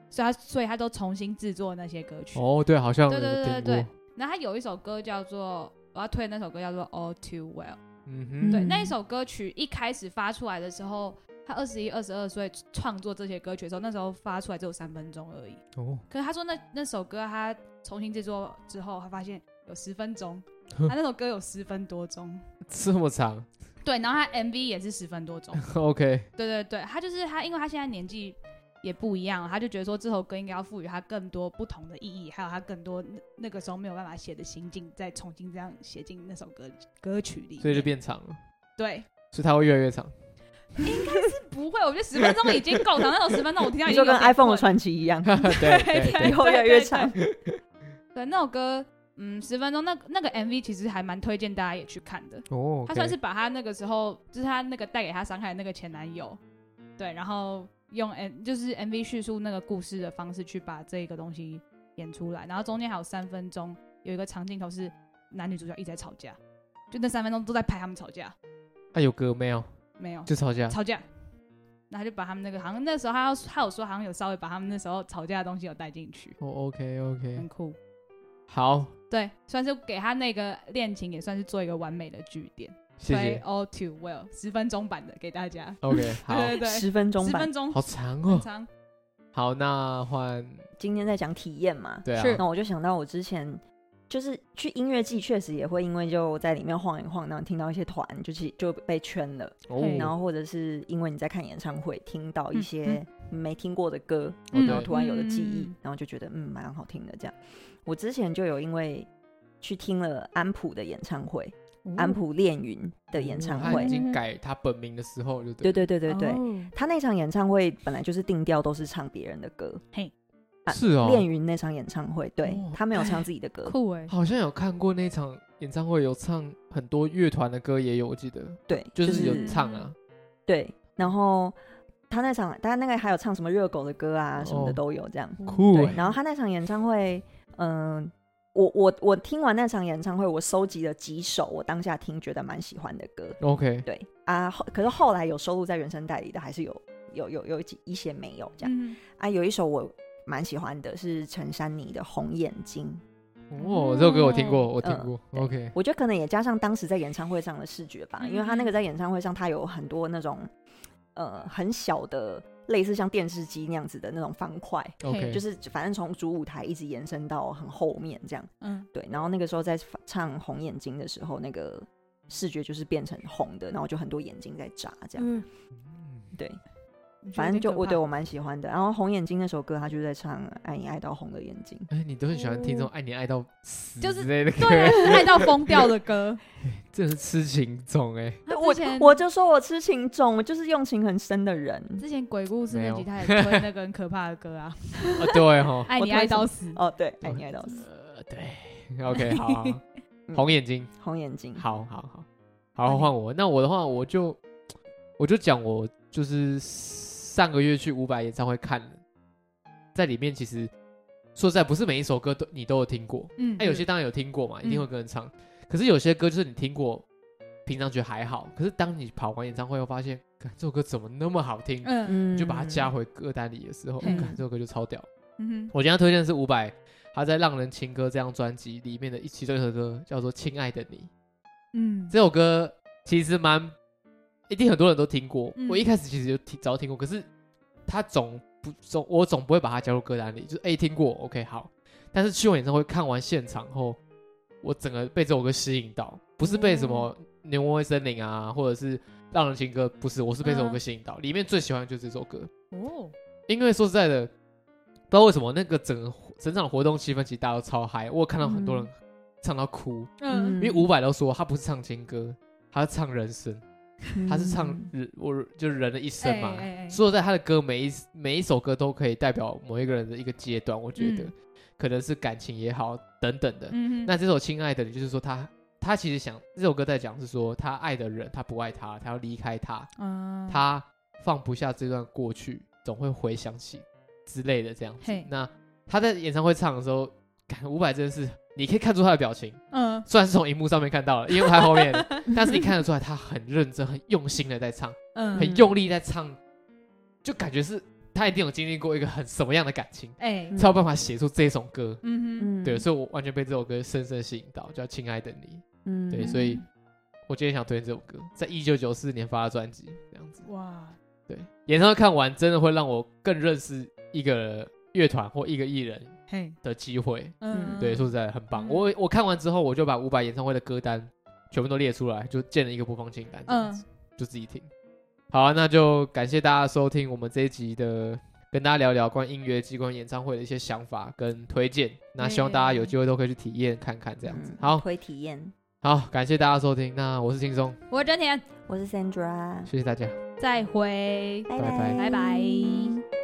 B: 所以他所以他都重新制作那些歌曲。
A: 哦对，好像有
B: 对对对
A: 听
B: 对对
A: 过，。
B: 然后他有一首歌叫做我要推的那首歌叫做《All Too Well》。
A: 嗯
B: 对，
A: 哼，
B: 那一首歌曲一开始发出来的时候，他二十一、二十二岁创作这些歌曲的时候，那时候发出来只有三分钟而已。
A: 哦，
B: 可是他说那那首歌他重新制作之后，他发现有十分钟，他那首歌有十分多钟。
A: 这么长
B: 对，然后他 MV 也是十分多钟。
A: ，OK，
B: 对对对，他就是他，因为他现在年纪也不一样了，他就觉得说这首歌应该要赋予他更多不同的意义，还有他更多那那个时候没有办法写的心境，再重新这样写进那首歌歌曲里面。
A: 所以就变长了，
B: 对，
A: 所以它会越来越长。
B: 不会，我觉得十分钟已经够长。那种十分钟我听到已
C: 你
B: 经
C: 就
B: 有
C: 跟
B: 点
C: iPhone 的
B: 困
C: 传奇一样，
A: 对 对
B: 对
C: 以
A: 对，
C: 后越来越长。
B: 对那首歌，嗯，十分钟那那个 MV 其实还蛮推荐大家也去看的。
A: 哦，
B: 他算是把他那个时候，就是他那个带给他伤害的那个前男友，对，然后用 M 就是 MV 叙述那个故事的方式去把这个东西演出来，然后中间还有三分钟有一个长镜头是男女主角一直在吵架，就那三分钟都在拍他们吵架，
A: 他啊有歌没有？
B: 没有
A: 就啊吵架，
B: 吵架。然后他就把他们那个好像那时候他要他有说好像有稍微把他们那时候吵架的东西有带进去，
A: 哦，OK
B: 很
A: OK，
B: 酷。
A: 好，
B: 对，算是给他那个恋情也算是做一个完美的句点。
A: 谢
B: Play
A: 谢
B: all too well，十分钟版的给大家。
A: ，OK，好，
B: 对对对，
C: 十分钟
B: 十
C: 版
B: 分。钟
A: 好长
B: 呃很
A: 哦。
B: 长，
A: 好，那换
C: 今天在讲体验嘛，
A: 对啊，
B: 是
C: 那我就想到我之前就是去音乐季，确实也会因为就在里面晃一晃，然后听到一些团，就是就被圈了。
A: 哦
B: 嘿
C: 然后或者是因为你在看演唱会，听到一
B: 嗯
C: 些没听过的歌，
A: 嗯
C: 然后
A: 对
C: 突然有了记忆，
B: 嗯
C: 然后就觉得嗯蛮好听的这样。我之前就有因为去听了安普的演唱会，安普恋云的演唱
A: 他
C: 会
A: 已，经改他本名的时候就
C: 对
A: 对了，
C: 对对对对，
B: 哦
C: 他那场演唱会本来就是定调都是唱别人的歌，对
A: 是哦，
C: 恋云那场演唱会，对、
A: 哦
C: 他没有唱自己的 歌，
B: 酷哎，
A: 好像有看过那场演唱会，有唱很多乐团的歌，也有我记得，
C: 对，
A: 就是有唱啊，
C: 对，然后他那场，他那个还有唱什么热狗的歌啊什么的
A: 哦
C: 都有这样。
A: 酷
C: 嗯
A: 欸
C: 对，然后他那场演唱会，嗯、我我我听完那场演唱会，我收集了几首我当下听觉得蛮喜欢的歌。
A: OK，
C: 对啊，后可是后来有收录在原声带里的，还是有有有有几一些没有这样、
B: 嗯
C: 啊。有一首我蛮喜欢的，是陈珊妮的《红眼睛》，
A: 哦，这首歌我听过，我听
C: 嗯
A: 过
C: 对
A: ，OK，
C: 我觉得可能也加上当时在演唱会上的视觉吧，
B: 嗯
C: 因为他那个在演唱会上，他有很多那种呃很小的。类似像电视机那样子的那种方块，
A: OK，
C: 就是反正从主舞台一直延伸到很后面这样。
B: 嗯，
C: 对，然后那个时候在发唱《红眼睛》的时候，那个视觉就是变成红的，然后就很多眼睛在眨，这样。
B: 嗯
C: 对，
B: 你觉得
C: 反正就我
B: 有点可怕
C: 对我蛮喜欢的。然后《红眼睛》那首歌，他就是在唱“爱你爱到红了眼睛
A: 哎，你都很喜欢听这种爱你爱到死
B: 哦就是
A: 之类的歌，
B: 对啊，爱到疯掉的歌，
A: 真的是痴情种哎，”。
C: 我
B: 之前
C: 我就说我痴情种，我就是用情很深的人。
B: 之前鬼故事
A: 没
B: 那
A: 有
B: 集他也推那个很可怕的歌啊，
A: 啊，对哈
B: 爱你爱到死，
C: 哦，对，爱你爱到死，
A: ，OK，好好，好
C: 嗯
A: 红眼睛。
C: 红眼睛。
A: 好好好，好换我。那我的话，我就我就讲我就是上个月去伍佰演唱会看的，在里面其实说实在，不是每一首歌都你都有听过，
B: 嗯
A: 那、有些当然有听过嘛，一定会跟人唱。可是有些歌就是你听过，平常觉得还好，可是当你跑完演唱会后，发现看这首歌怎么那么好听，
B: 嗯
C: 嗯
A: 就把它加回歌单里的时候，
B: 嗯
A: 看这首歌就超屌。
B: 嗯
A: 我今天要推荐的是伍佰，他在《浪人情歌》这张专辑里面的一其中一首歌叫做《亲爱的你》，
B: 嗯
A: 这首歌其实蛮，一定很多人都听过。
B: 嗯
A: 我一开始其实就听早听过，可是他总不总我总不会把它加入歌单里，就是哎听过，OK 好。但是去完演唱会看完现场后，我整个被这首歌吸引到，不是被什么《牛魔森林》啊，或者是《浪人情歌》，不是，我是被这首歌吸引到。里面最喜欢的就是这首歌，
B: 哦，
A: 因为说实在的，不知道为什么那个整个整场活动气氛其实大家都超嗨，我有看到很多人
C: 嗯
A: 唱到哭。
B: 嗯
A: 因为伍佰都说他不是唱情歌，他是唱人生，他是唱
C: 嗯
A: 人，我就是人的一生嘛
B: 哎哎哎。
A: 所以在他的歌每一每一首歌都可以代表某一个人的一个阶段，我觉得
B: 嗯
A: 可能是感情也好等等的。
B: 嗯哼
A: 那这首《亲爱的你》就是说他他其实想这首歌在讲是说他爱的人他不爱他，他要离开他，
B: 嗯
A: 他放不下这段过去，总会回想起之类的这样子
B: 嘿。
A: 那他在演唱会唱的时候，感伍佰真的是你可以看出他的表情。
B: 嗯
A: 虽然是从荧幕上面看到了，因为我在后 面，但是你看得出来他很认真、很用心的在唱，
B: 嗯
A: 很用力在唱，就感觉是他一定有经历过一个很什么样的感情，
B: 哎
A: 才有办法写出这首歌。
B: 嗯哼
A: 对，所以我完全被这首歌深深吸引到，叫《亲爱的你》。
C: 嗯
A: 对所以我今天想推荐这首歌，在一九九四年发的专辑，这样子。
B: 哇
A: 对，演唱会看完真的会让我更认识一个乐团或一个艺人
B: 嘿
A: 的机会。
B: 嗯
A: 对，说实在很棒。
B: 嗯
A: 我我看完之后，我就把伍佰演唱会的歌单全部都列出来，就建了一个播放清单，这
B: 嗯
A: 样子、就自己听。好、啊，那就感谢大家收听我们这一集的，跟大家聊聊关于音乐季、关于演唱会的一些想法跟推荐。那希望大家有机会都可以去体验看看，这样
B: 嗯
A: 子。好
C: 会体验。
A: 好，感谢大家收听。那我是轻松，
B: 我是真田
C: 我是 Sandra，
A: 谢谢大家。
B: 再会
A: 拜拜
B: 拜拜